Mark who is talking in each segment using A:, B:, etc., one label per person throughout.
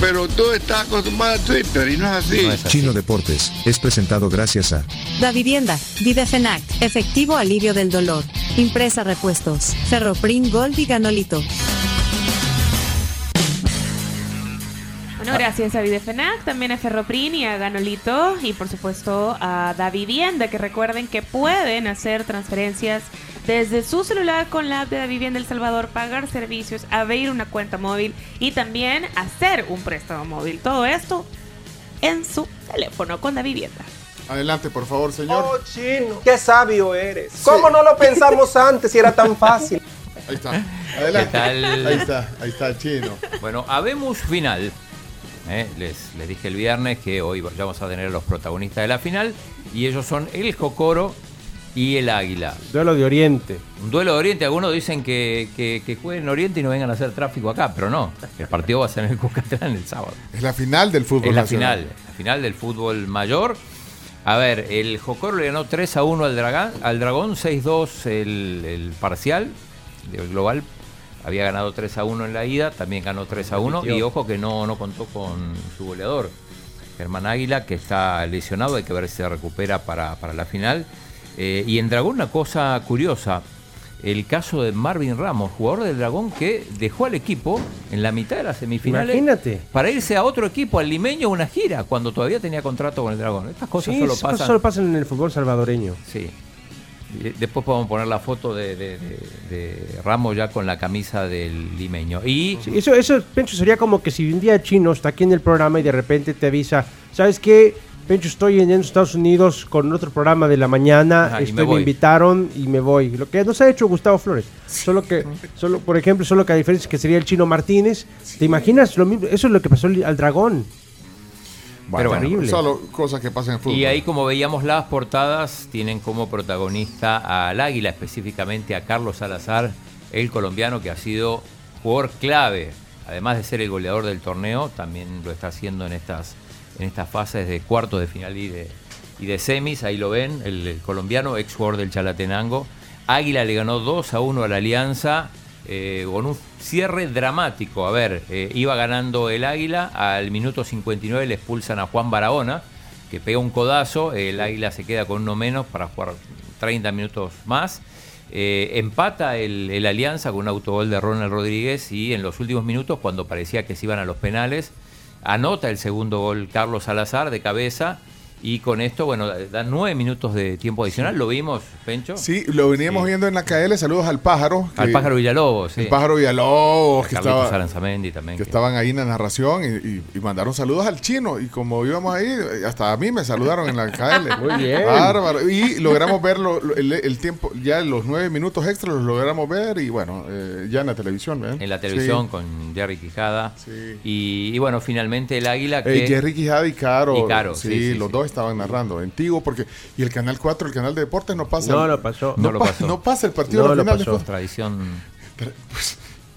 A: Pero tú estás acostumbrado a Twitter y no es así.
B: Chino Deportes es presentado gracias a
C: Da Vivienda, Videfenac, Efectivo Alivio del Dolor, Impresa Repuestos, Ferroprim Gold y Ganolito.
D: Bueno, gracias a Videfenac, también a Ferroprin y a Ganolito y por supuesto a Davivienda, que recuerden que pueden hacer transferencias desde su celular con la app de Davivienda El Salvador, pagar servicios, abrir una cuenta móvil y también hacer un préstamo móvil. Todo esto en su teléfono con Davivienda.
E: Adelante, por favor, señor.
F: Oh, chino, qué sabio eres. ¿Cómo no lo pensamos antes si era tan fácil?
E: Ahí está. Adelante.
G: ¿Qué tal?
E: Ahí está, ahí está el chino.
G: Bueno, habemos final. Eh, les, les dije el viernes que hoy vamos a tener a los protagonistas de la final y ellos son el Jocoro y el Águila.
F: Duelo de Oriente.
G: Un duelo de Oriente, algunos dicen que, que, que jueguen en Oriente y no vengan a hacer tráfico acá, pero no. El partido va a ser en el Cucatlán el sábado.
E: Es la final del fútbol.
G: Es la
E: nacional.
G: final, la final del fútbol mayor. A ver, el Jocoro le ganó 3 a 1 al Dragón, al Dragón 6-2 el, el parcial del global. Había ganado 3 a 1 en la ida, también ganó 3 a 1 y ojo que no, no contó con su goleador, Germán Águila, que está lesionado, hay que ver si se recupera para, para la final. Eh, y en Dragón una cosa curiosa, el caso de Marvin Ramos, jugador del Dragón que dejó al equipo en la mitad de las semifinales
F: Imagínate.
G: para irse a otro equipo, al limeño, una gira, cuando todavía tenía contrato con el Dragón. Estas cosas
F: Sí,
G: solo
F: esas cosas
G: pasan.
F: solo pasan en el fútbol salvadoreño.
G: Sí. Y Después podemos poner la foto de, de- de- de Ramos ya con la camisa del limeño. Y
F: Sí, eso, eso, Pencho, sería como que si un día Chino está aquí en el programa y de repente te avisa, ¿sabes qué? Pencho, estoy en Estados Unidos con otro programa de la mañana,
G: Ajá, y
F: estoy-
G: me
F: me,
G: voy".
F: invitaron y me voy. Lo que nos ha hecho Gustavo Flores. Solo que, solo, por ejemplo, solo que a diferencia que sería el Chino Martínez, ¿te imaginas lo mismo? Eso es lo que pasó al al dragón.
G: Pero bueno,
F: terrible.
E: Solo cosas que pasan en el fútbol.
G: Y ahí, como veíamos las portadas, tienen como protagonista al Águila, específicamente a Carlos Salazar, el colombiano que ha sido jugador clave. Además de ser el goleador del torneo, también lo está haciendo en estas, en estas fases de cuartos de final y de, y de semis. Ahí lo ven, el, el colombiano, ex jugador del Chalatenango. Águila le ganó 2 a 1 a la Alianza eh, con un cierre dramático. A ver, eh, iba ganando el Águila, al minuto 59 le expulsan a Juan Barahona que pega un codazo, el Águila se queda con uno menos para jugar 30 minutos más. Eh, empata el, el Alianza con un autogol de Ronald Rodríguez y en los últimos minutos, cuando parecía que se iban a los penales, anota el segundo gol Carlos Salazar de cabeza y con esto, bueno, dan nueve minutos de tiempo adicional. ¿Lo vimos, Pencho?
E: Sí, lo veníamos
G: Sí.
E: viendo en la KL. Saludos al pájaro.
G: Al
E: que-
G: pájaro Villalobos, sí.
E: El pájaro Villalobos,
G: A
E: que
G: Carlitos
E: estaba,
G: Aranzamendi también.
E: que
G: que-
E: estaban ahí en la narración y, y- y mandaron saludos al chino. Y como íbamos ahí, hasta a mí me saludaron en la KL.
F: Muy bien.
E: Bárbaro. Y logramos ver lo- lo- el, el tiempo, ya los nueve minutos extra los logramos ver y bueno, eh, ya en la televisión. ¿ven?
G: En la
E: Sí.
G: televisión con Jerry Quijada.
E: Sí.
G: Y, y bueno, finalmente el Águila
E: Eh,
G: que...
E: Jerry Quijada y Caro.
G: Y Caro,
E: sí,
G: sí, sí,
E: los
G: sí.
E: dos estaban narrando en Tigo porque y el canal 4, el canal de deportes no pasa.
F: No lo pasó.
G: No lo
E: pa-
G: pasó.
E: No pasa el partido
F: No
E: de la
F: lo
E: final
F: pasó.
E: después.
G: Tradición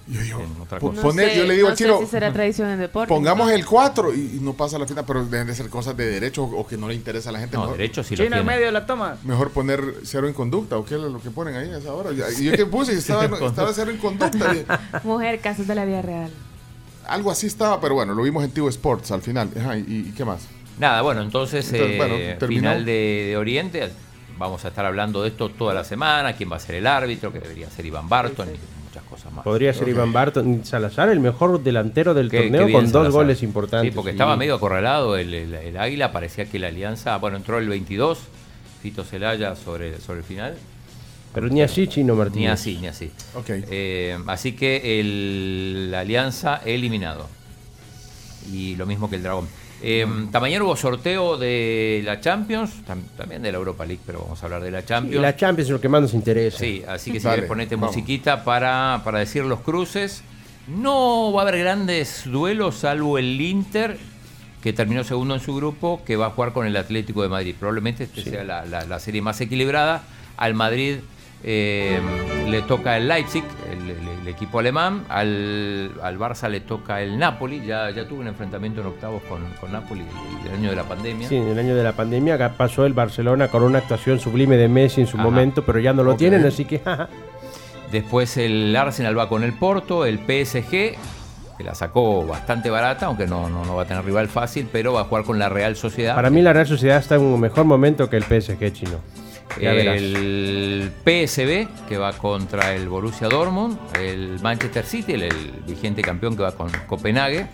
E: Yo digo,
G: en otra
E: pu-
G: cosa.
E: poner- yo le digo
D: no
E: al chino,
D: Sé si será tradición en deporte.
E: pongamos el 4 y, y no pasa la final, pero deben de ser cosas de derecho o, o que no le interesa a la gente.
G: No,
E: mejor,
G: derecho sí lo
H: Chino en
G: tiene.
H: medio de la toma.
E: mejor poner cero en conducta o qué es lo que ponen ahí a esa hora. Y yo que puse y estaba, estaba cero en conducta. y-
D: Mujer, casos de la vida real.
E: algo así estaba, pero bueno, lo vimos en Tigo Sports al final. Ajá, ¿y, y qué más?
G: Nada, bueno, entonces,
E: Entonces,
G: eh,
E: bueno, terminó.
G: final de, de Oriente. Vamos a estar hablando de esto toda la semana. ¿Quién va a ser el árbitro? Que debería ser Iván Barton y muchas cosas más.
F: Podría ser Iván Barton Salazar, el mejor delantero del
G: Qué- qué
F: torneo
G: bien
F: con dos
G: Salazar.
F: goles importantes.
G: Sí, porque
F: Sí.
G: estaba medio acorralado el, el- el Águila. Parecía que la alianza. Bueno, entró el 22, Fito Celaya sobre, sobre el final.
F: Pero ni así, Chino Martínez.
G: Ni así, ni así.
E: Ok.
G: Eh, así que el, la alianza eliminado. Y lo mismo que el dragón. Eh, También hubo sorteo de la Champions, tam- también de la Europa League, pero vamos a hablar de la
F: Y
G: Champions.
F: la Champions es lo que más nos interesa.
G: Sí, así que si
E: Dale,
G: quieres ponete
E: vamos.
G: musiquita para, para decir los cruces. No va a haber grandes duelos, salvo el Inter que terminó segundo en su grupo, que va a jugar con el Atlético de Madrid. Probablemente esta sea la, la- la serie más equilibrada. Al Madrid eh, le toca el Leipzig, el, el- el equipo alemán. Al, al Barça le toca el Napoli. Ya, ya tuvo un enfrentamiento en octavos con, con Napoli el, el año de la pandemia.
F: Sí, en el año de la pandemia acá pasó el Barcelona con una actuación sublime de Messi en su
G: Ajá.
F: momento, pero ya no lo
G: Ok.
F: tienen, así que jaja.
G: Después el Arsenal va con el Porto, el PSG, que la sacó bastante barata, aunque no, no, no va a tener rival fácil, pero va a jugar con la Real Sociedad.
F: para mí la Real Sociedad está en un mejor momento que el PSG chino. Ya verás.
G: el PSB que va contra el Borussia Dortmund, el Manchester City, el, el vigente campeón que va con Copenhague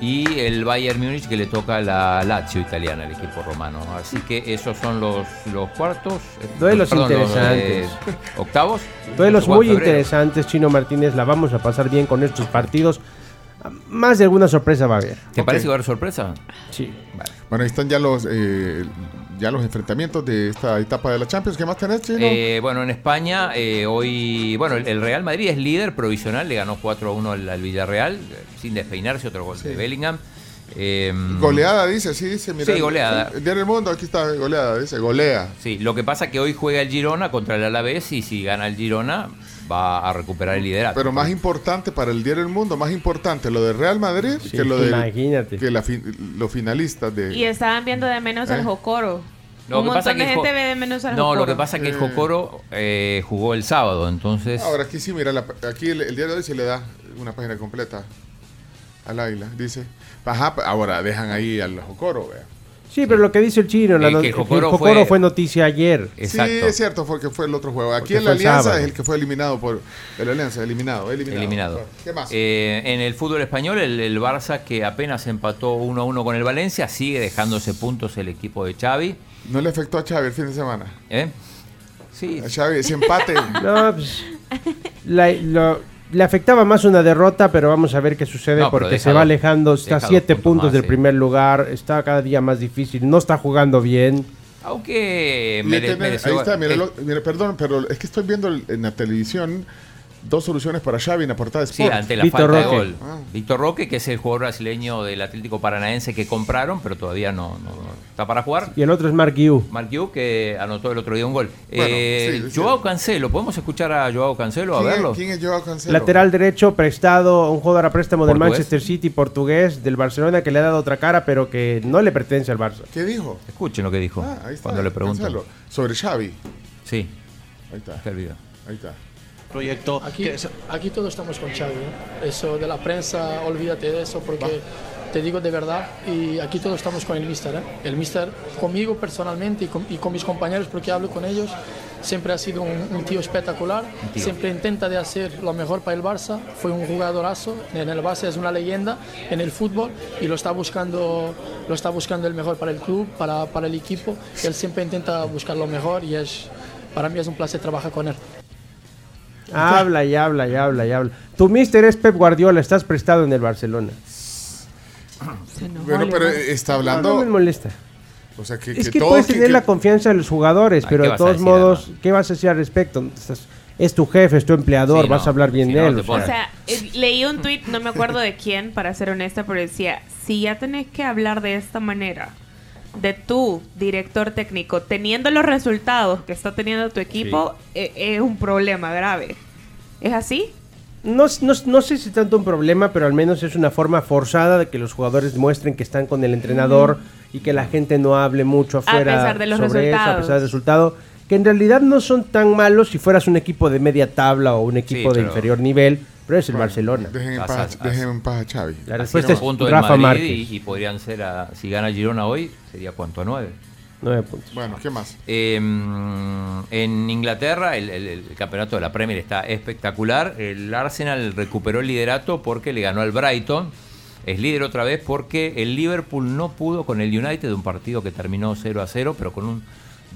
G: y el Bayern Múnich que le toca la Lazio italiana, el equipo romano. Así que esos son los, los cuartos, eh,
F: Duelos
G: perdón, los,
F: interesantes.
G: eh, octavos.
F: Duelos
G: Eso va en
F: muy
G: febrero.
F: interesantes, Chino Martínez, la vamos a pasar bien con estos partidos. Más de alguna sorpresa va a haber.
G: ¿Te
E: Ok.
G: parece que va a haber sorpresa?
F: Sí.
G: Vale.
E: Bueno, ahí están ya los eh, ya los enfrentamientos de esta etapa de la Champions. ¿Qué más tenés, Chino?
G: Eh, bueno, en España eh, hoy, bueno, el- el Real Madrid es líder provisional, le ganó 4 a 1 al, al Villarreal, eh, sin despeinarse, otro gol de Bellingham. Eh,
E: goleada dice, sí dice. Mira,
G: Sí, goleada.
E: El Diario El Mundo, aquí está goleada, dice, golea.
G: Sí, lo que pasa es que hoy juega el Girona contra el Alavés y si gana el Girona va a recuperar el liderato.
E: Pero más importante para el Diario El Mundo, más importante lo de Real Madrid
F: Sí,
E: que lo de
F: imagínate.
E: que la fin- los finalistas de
D: Y estaban viendo de menos
E: ¿Eh?
D: al Jocoro.
G: Lo
D: Un
G: que pasa
D: montón de
G: que Jo-
D: gente ve de menos al
G: No,
D: Jocoro.
G: lo que pasa es que el Jocoro eh, jugó el sábado, entonces...
E: Ahora aquí sí, mira, la- aquí el, el diario de hoy se le da una página completa al águila. Dice, ajá, pa- ahora dejan ahí al Jocoro, vea.
F: Sí, pero lo que dice el chino, la
G: Eh,
F: no-
G: que
F: el
G: Jocoro
F: Jocoro fue...
G: fue-
F: noticia ayer.
G: Exacto.
E: Sí, es cierto, porque fue el otro juego. Aquí
F: Porque
E: en la
F: fue el
E: Alianza
F: sábado.
E: es el que fue eliminado por. El Alianza, eliminado, eliminado.
G: Eliminado.
E: ¿Qué más?
G: Eh, en el fútbol español, el, el Barça que apenas empató 1 a 1 con el Valencia, sigue dejándose puntos el equipo de Xavi.
E: no le afectó a Xavi el fin de semana.
G: ¿eh? Sí,
E: A Xavi, ese empate.
F: No, pues, la- lo- le afectaba más una derrota, pero vamos a ver qué sucede
G: No, pero
F: porque
G: deja
F: se va
G: dos-
F: alejando, está a
G: deja dos
F: siete
G: puntos
F: puntos
G: más,
F: del
G: sí.
F: primer lugar, está cada día más difícil, no está jugando bien.
G: aunque
E: Le
G: mere-
E: tienen-
G: mereció-
E: ahí está, mira,
G: eh,
E: lo- mira, perdón, pero es que estoy viendo el- en la televisión dos soluciones para Xavi en la portada de
G: Sí,
E: Sport.
G: ante la
F: Víctor
G: falta
F: Roque.
G: de gol.
E: Ah.
G: Víctor Roque, que es el jugador brasileño del Atlético Paranaense que compraron, pero todavía no, no- no está para jugar.
F: Y el otro es Mark Yu.
G: Mark Yu, que anotó el otro día un gol.
E: Bueno,
G: Eh,
E: sí, es
G: Joao
E: cierto.
G: Cancelo, ¿podemos escuchar a Joao Cancelo a
E: ¿Quién,
G: verlo?
E: es- ¿Quién es Joao Cancelo?
F: Lateral derecho prestado, un jugador a préstamo del
G: Portugués.
F: Manchester City, portugués, del Barcelona, que le ha dado otra cara, pero que no le pertenece al Barça.
E: ¿Qué dijo?
G: Escuchen lo que dijo
E: Ah, ahí está,
G: cuando le preguntan.
E: Cancelo. Sobre Xavi.
G: Sí,
E: Ahí está.
G: está el video.
E: Ahí está.
I: proyecto.
J: Aquí,
I: que-
J: aquí todos estamos con Xavi, ¿no? Eso de la prensa, olvídate de eso porque te digo de verdad y aquí todos estamos con el míster, ¿eh? El míster conmigo personalmente y con, y con mis compañeros porque hablo con ellos, siempre ha sido un, un tío espectacular,
G: tío.
J: siempre intenta de hacer lo mejor para el Barça, fue un jugadorazo, en el Barça es una leyenda en el fútbol y lo está buscando lo está buscando el mejor para el club, para, para el equipo, él siempre intenta buscar lo mejor y es para mí es un placer trabajar con él.
F: Habla y habla y habla y habla. Tu mister es Pep Guardiola, estás prestado en el Barcelona.
D: Se enojó,
E: Bueno,
D: le
E: pero
D: digo.
E: eh, está
F: No,
E: hablando.
F: no me molesta.
E: O sea, que,
F: Es
E: que
F: que
E: todos
F: puedes
E: que-
F: tener
E: que-
F: la confianza de los jugadores,
G: Ah,
F: pero
G: ¿qué
F: de
G: vas a
F: todos
G: decir,
F: modos,
G: además?
F: ¿qué vas a decir al respecto? Estás- es tu jefe, es tu empleador,
G: Sí,
F: vas
G: no,
F: a hablar bien
G: sí,
F: de
G: no,
F: él.
G: te
F: o
G: pones-
D: O sea, eh, leí un tweet, no me acuerdo de quién, para ser honesta, pero decía, si ya tenés que hablar de esta manera, de tu director técnico, teniendo los resultados que está teniendo tu equipo, eh, es un problema grave. ¿Es así?
F: No, no, no sé si es tanto un problema, pero al menos es una forma forzada de que los jugadores muestren que están con el entrenador y que la gente no hable mucho afuera
D: pesar de los
F: sobre eso, a
D: resultados.
F: pesar del resultado. Que en realidad no son tan malos si fueras un equipo de media tabla o un equipo de
G: pero-
F: inferior nivel, pero es el
E: Bueno,
F: Barcelona.
E: Dejen en,
G: As-
E: paz,
G: as-
E: dejen en paz a Xavi.
F: La
G: Así
F: respuesta este es
G: no, punto del
F: Rafa
G: Madrid
F: Márquez.
G: Y, y podrían ser, a- si gana Girona hoy, sería cuánto, a nueve.
F: Nueve puntos.
E: Bueno, ¿qué más?
G: Eh, Em, en Inglaterra el, el- el campeonato de la Premier está espectacular. El Arsenal recuperó el liderato porque le ganó al Brighton. Es líder otra vez porque el Liverpool no pudo con el United de un partido que terminó 0 a 0, pero con un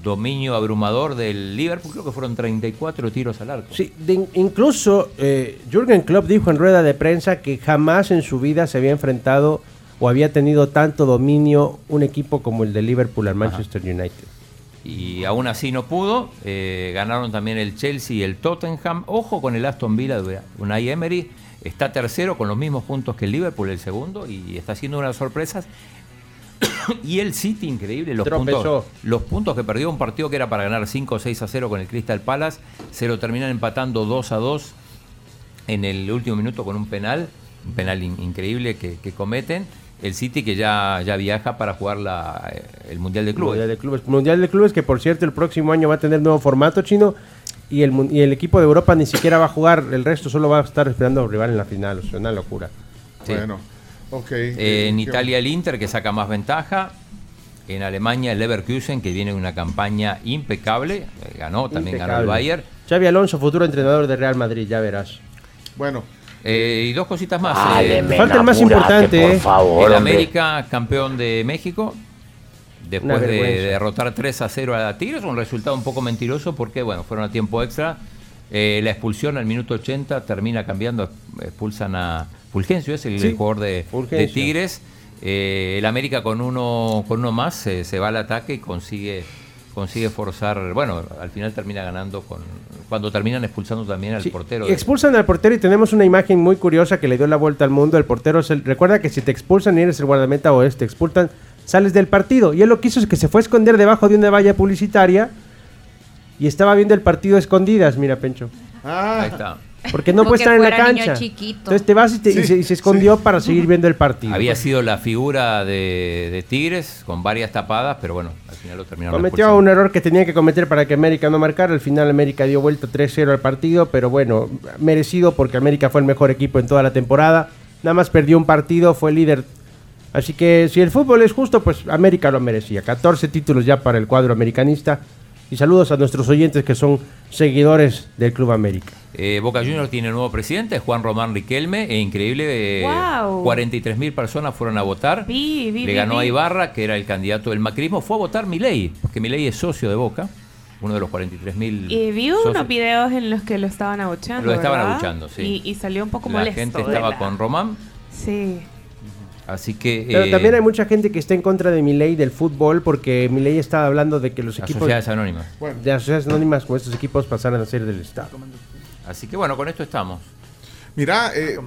G: dominio abrumador del Liverpool. Creo que fueron 34 tiros al arco.
F: Sí, de- incluso eh, Jürgen Klopp dijo en rueda de prensa que jamás en su vida se había enfrentado o había tenido tanto dominio un equipo como el de Liverpool al Manchester United.
G: Y aún así no pudo. Eh, ganaron también el Chelsea y el Tottenham. Ojo con el Aston Villa de Unai Emery. Está tercero con los mismos puntos que el Liverpool, el segundo, y está haciendo unas sorpresas. y el City, increíble, los puntos,
F: Tropezó.
G: los puntos que perdió un partido que era para ganar 5 o 6 a 0 con el Crystal Palace, se lo terminan empatando 2 a 2 en el último minuto con un penal, un penal in- increíble que, que cometen. El City que ya, ya viaja para jugar la, eh, el Mundial de Clubes.
F: Mundial de Clubes. Mundial de Clubes, que por cierto el próximo año va a tener nuevo formato chino. Y el, mun- y el equipo de Europa ni siquiera va a jugar, el resto solo va a estar esperando a un rival en la final. O sea, una locura.
G: Sí.
E: Bueno, ok.
G: Eh, en
E: ¿qué-
G: Italia el Inter que saca más ventaja. En Alemania el Leverkusen que viene una campaña impecable. Eh, Ganó, también ganó el
F: Impecable.
G: Bayern.
F: Xavi Alonso, futuro entrenador de Real Madrid, ya verás.
E: Bueno,
G: Eh, y dos cositas más. eh,
F: Ah, Falta el más importante. eh.
G: el América campeón de México. Después
F: Una
G: de
F: vergüenza.
G: derrotar 3 a 0 a Tigres, un resultado un poco mentiroso porque, bueno, fueron a tiempo extra. Eh, la expulsión al minuto 80 termina cambiando, expulsan a Fulgencio, es el
F: Sí,
G: jugador de, de
F: Fulgencio.
G: Tigres. Eh, el América con uno, con uno más eh, se- se va al ataque y consigue, consigue forzar. Bueno, al final termina ganando con cuando terminan expulsando también al
F: Sí,
G: portero. de-
F: Expulsan al portero y tenemos una imagen muy curiosa que le dio la vuelta al mundo. El portero es el- recuerda que si te expulsan y eres el guardameta o eres te expulsan, sales del partido. Y él lo que hizo es que se fue a esconder debajo de una valla publicitaria y estaba viendo el partido a escondidas, mira Pencho.
G: Ahí
E: ah,
G: está.
F: Porque no
I: Como
F: puede
I: que
F: estar en la
I: fuera niño
F: cancha.
I: chiquito.
F: Entonces te vas y, te- y
E: Sí,
F: se, y se escondió para seguir viendo el partido.
G: Había sido la figura de, de Tigres con varias tapadas, pero bueno, al final lo terminaron
F: Cometió
G: expulsando.
F: un error que tenía que cometer para que América no marcara. Al final América dio vuelta 3-0 al partido, pero bueno, merecido porque América fue el mejor equipo en toda la temporada. Nada más perdió un partido, fue líder. Así que si el fútbol es justo, pues América lo merecía. 14 títulos ya para el cuadro americanista. Y saludos a nuestros oyentes que son seguidores del Club América.
G: Eh, Boca Juniors tiene nuevo presidente, Juan Román Riquelme, e increíble, eh,
D: Guau.
G: 43 mil personas fueron a votar.
D: Vi, vi,
G: Le
D: vi,
G: ganó a
D: vi.
G: Ibarra, que era el candidato del macrismo. Fue a votar Milei, porque Milei es socio de Boca, uno de los 43 mil.
D: Y vi unos videos en los que lo estaban abuchando.
G: Mm. Lo estaban
D: ¿verdad?
G: abuchando, sí.
D: Y, y salió un poco
G: La
D: molesto.
G: gente
D: de
G: estaba
D: la-
G: con Román,
D: Sí.
G: así que.
F: Pero
G: eh,
F: también hay mucha gente que está en contra de Milei del fútbol porque Milei está hablando de que los
G: las
F: equipos
G: sociedades anónimas.
E: bueno.
F: de las sociedades anónimas con estos equipos pasaran a ser del Estado.
G: Así que bueno, con esto estamos.
E: Mira, eh,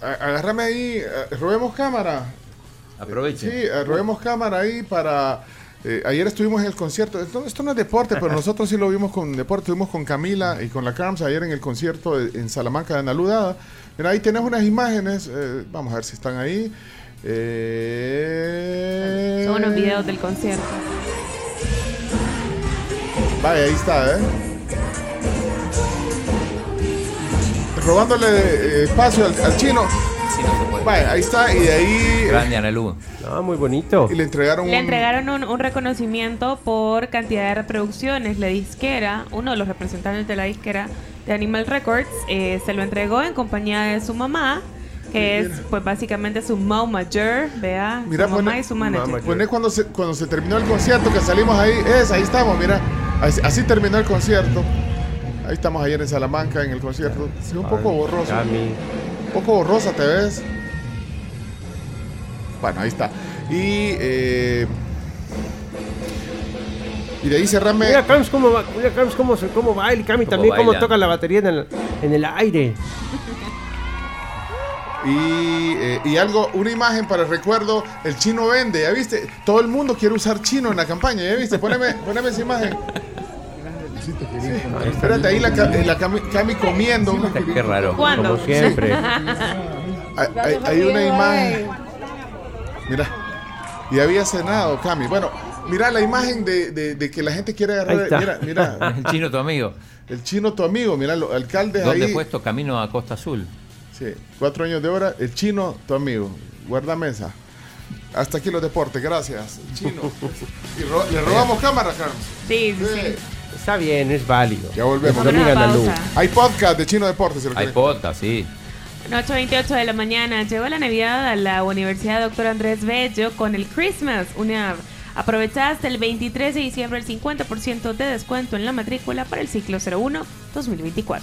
E: a- agárrame ahí, eh, robemos cámara. Sí,
G: Aprovechen.
E: eh, robemos cámara ahí para... eh, ayer estuvimos en el concierto, esto, esto no es deporte, pero nosotros sí lo vimos con deporte, estuvimos con Camila y con la Carms ayer en el concierto de- en Salamanca de Analudada. Mira, ahí tenés unas imágenes, eh, vamos a ver si están ahí. Eh,
D: Son unos videos del concierto.
E: Vaya, ahí está, ¿eh? Robándole eh, espacio al, al chino.
G: Sí, no se puede.
E: Vaya, ahí está, y de ahí... eh,
G: Grande Analú.
F: No, muy bonito.
E: y le entregaron
D: Le
E: un-
D: entregaron un, un reconocimiento por cantidad de reproducciones. La disquera, uno de los representantes de la disquera de Animal Records, eh, se lo entregó en compañía de su mamá, que es pues básicamente su manager, vea,
E: Mira,
D: su mamá
E: pone-
D: y su manager.
E: Mamá, pues, pone cuando se, cuando se terminó el concierto que salimos ahí, es, ahí estamos, mira, así, así terminó el concierto. Ahí estamos ayer en Salamanca en el concierto. Sí, un poco borroso.
F: Cami.
E: Un poco borrosa te ves. Bueno, ahí está. Y eh, y de ahí cerrame.
F: Mira Camps cómo va, mira Camps cómo, se- cómo baila y Cami
G: Cómo
F: también cómo
G: baila.
F: toca la batería en el, en el aire.
E: Y, eh, y algo, una imagen para el recuerdo, el chino vende, ¿ya viste? Todo el mundo quiere usar chino en la campaña, ¿ya viste? Poneme, poneme esa imagen. Sí, espérate, ahí la, ca- eh, la cami, Cami comiendo.
G: Qué raro.
D: ¿Cuándo?
F: Como siempre.
E: Hay, hay- hay una imagen. Mira. Y había cenado, Cami. Bueno, mira la imagen de, de- de que la gente quiere
F: Ahí
E: agarrar.
F: está.
E: Mira, mira,
G: El chino tu amigo.
E: el chino tu amigo, mira, los alcaldes
G: ¿Dónde
E: ahí.
G: fue esto? Camino a Costa Azul.
E: Sí, cuatro años de hora. El chino, tu amigo. Guarda mesa. Hasta aquí los deportes, gracias. Chino. Y ro- le robamos cámara, Carlos.
D: Sí, sí, sí.
E: Sí.
F: Está bien, es válido.
E: Ya volvemos.
F: Nuestra
D: Vamos a
F: amiga
D: una
F: Nalu.
D: pausa.
E: Hay podcast de Chino Deportes, si lo
G: Hay
E: quieren.
G: potas, sí.
D: 8.28 de la mañana llegó la Navidad a la Universidad Doctor Andrés Bello con el Christmas UNAV. Aprovecha hasta el 23 de diciembre el 50% de descuento en la matrícula para el ciclo 01-2024.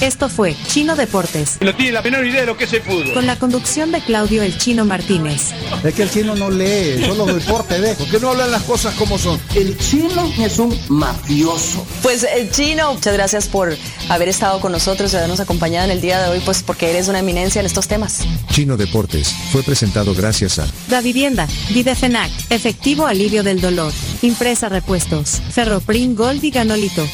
C: Esto fue Chino Deportes,
I: No tiene la menor idea de lo que es el fútbol.
C: con la conducción de Claudio El Chino Martínez.
H: Es que el chino no lee, solo deporte de. ¿Por qué no hablan las cosas como son? El chino es un mafioso.
K: Pues eh, Chino, muchas gracias por haber estado con nosotros y habernos acompañado en el día de hoy, pues porque eres una eminencia en estos temas.
B: Chino Deportes fue presentado gracias a
C: Da Vivienda, Videfenac, efectivo alivio del dolor, impresa repuestos, Ferroprim Gold y Ganolito.